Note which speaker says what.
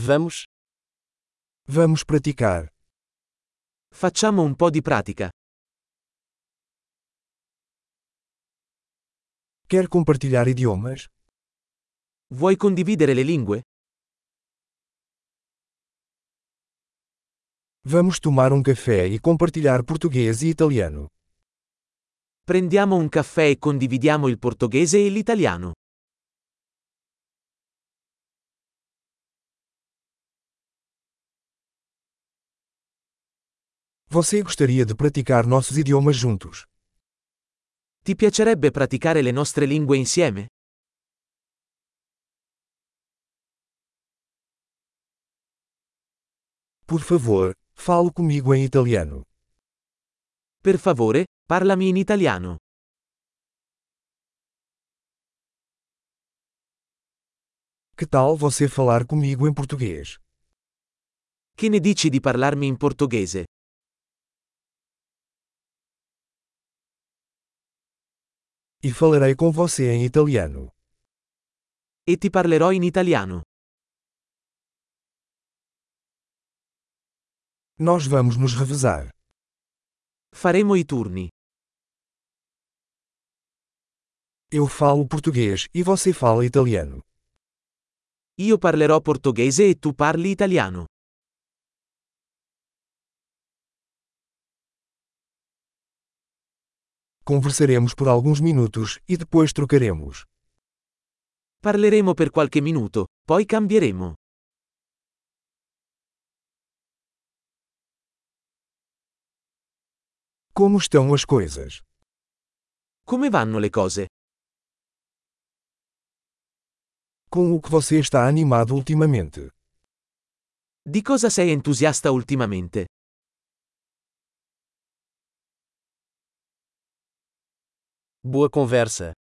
Speaker 1: Vamos,
Speaker 2: Vamos praticar.
Speaker 1: facciamo un po' di pratica.
Speaker 2: Quer compartilhar idiomas?
Speaker 1: Vuoi condividere le lingue?
Speaker 2: Vamos tomar um café e compartilhar português e italiano.
Speaker 1: Prendiamo un caffè e condividiamo il portoghese e l'italiano.
Speaker 2: Você gostaria de praticar nossos idiomas juntos?
Speaker 1: Ti piacerebbe praticare le nostre lingue insieme?
Speaker 2: Por favor, fale comigo em italiano.
Speaker 1: Per favore, parlami in italiano.
Speaker 2: Que tal você falar comigo em português?
Speaker 1: Che ne dici di parlarmi in portoghese?
Speaker 2: E falarei com você em italiano.
Speaker 1: E ti parlerò in italiano.
Speaker 2: Nós vamos nos revezar.
Speaker 1: Faremo i turni.
Speaker 2: Eu falo português e você fala italiano.
Speaker 1: Io parlerò portoghese e tu parli italiano.
Speaker 2: Conversaremos por alguns minutos e depois trocaremos.
Speaker 1: Parleremo per qualche minuto, poi cambieremo.
Speaker 2: Como estão as coisas?
Speaker 1: Come vanno le cose?
Speaker 2: Com o que você está animado ultimamente?
Speaker 1: Di cosa sei entusiasta ultimamente?
Speaker 3: Boa conversa.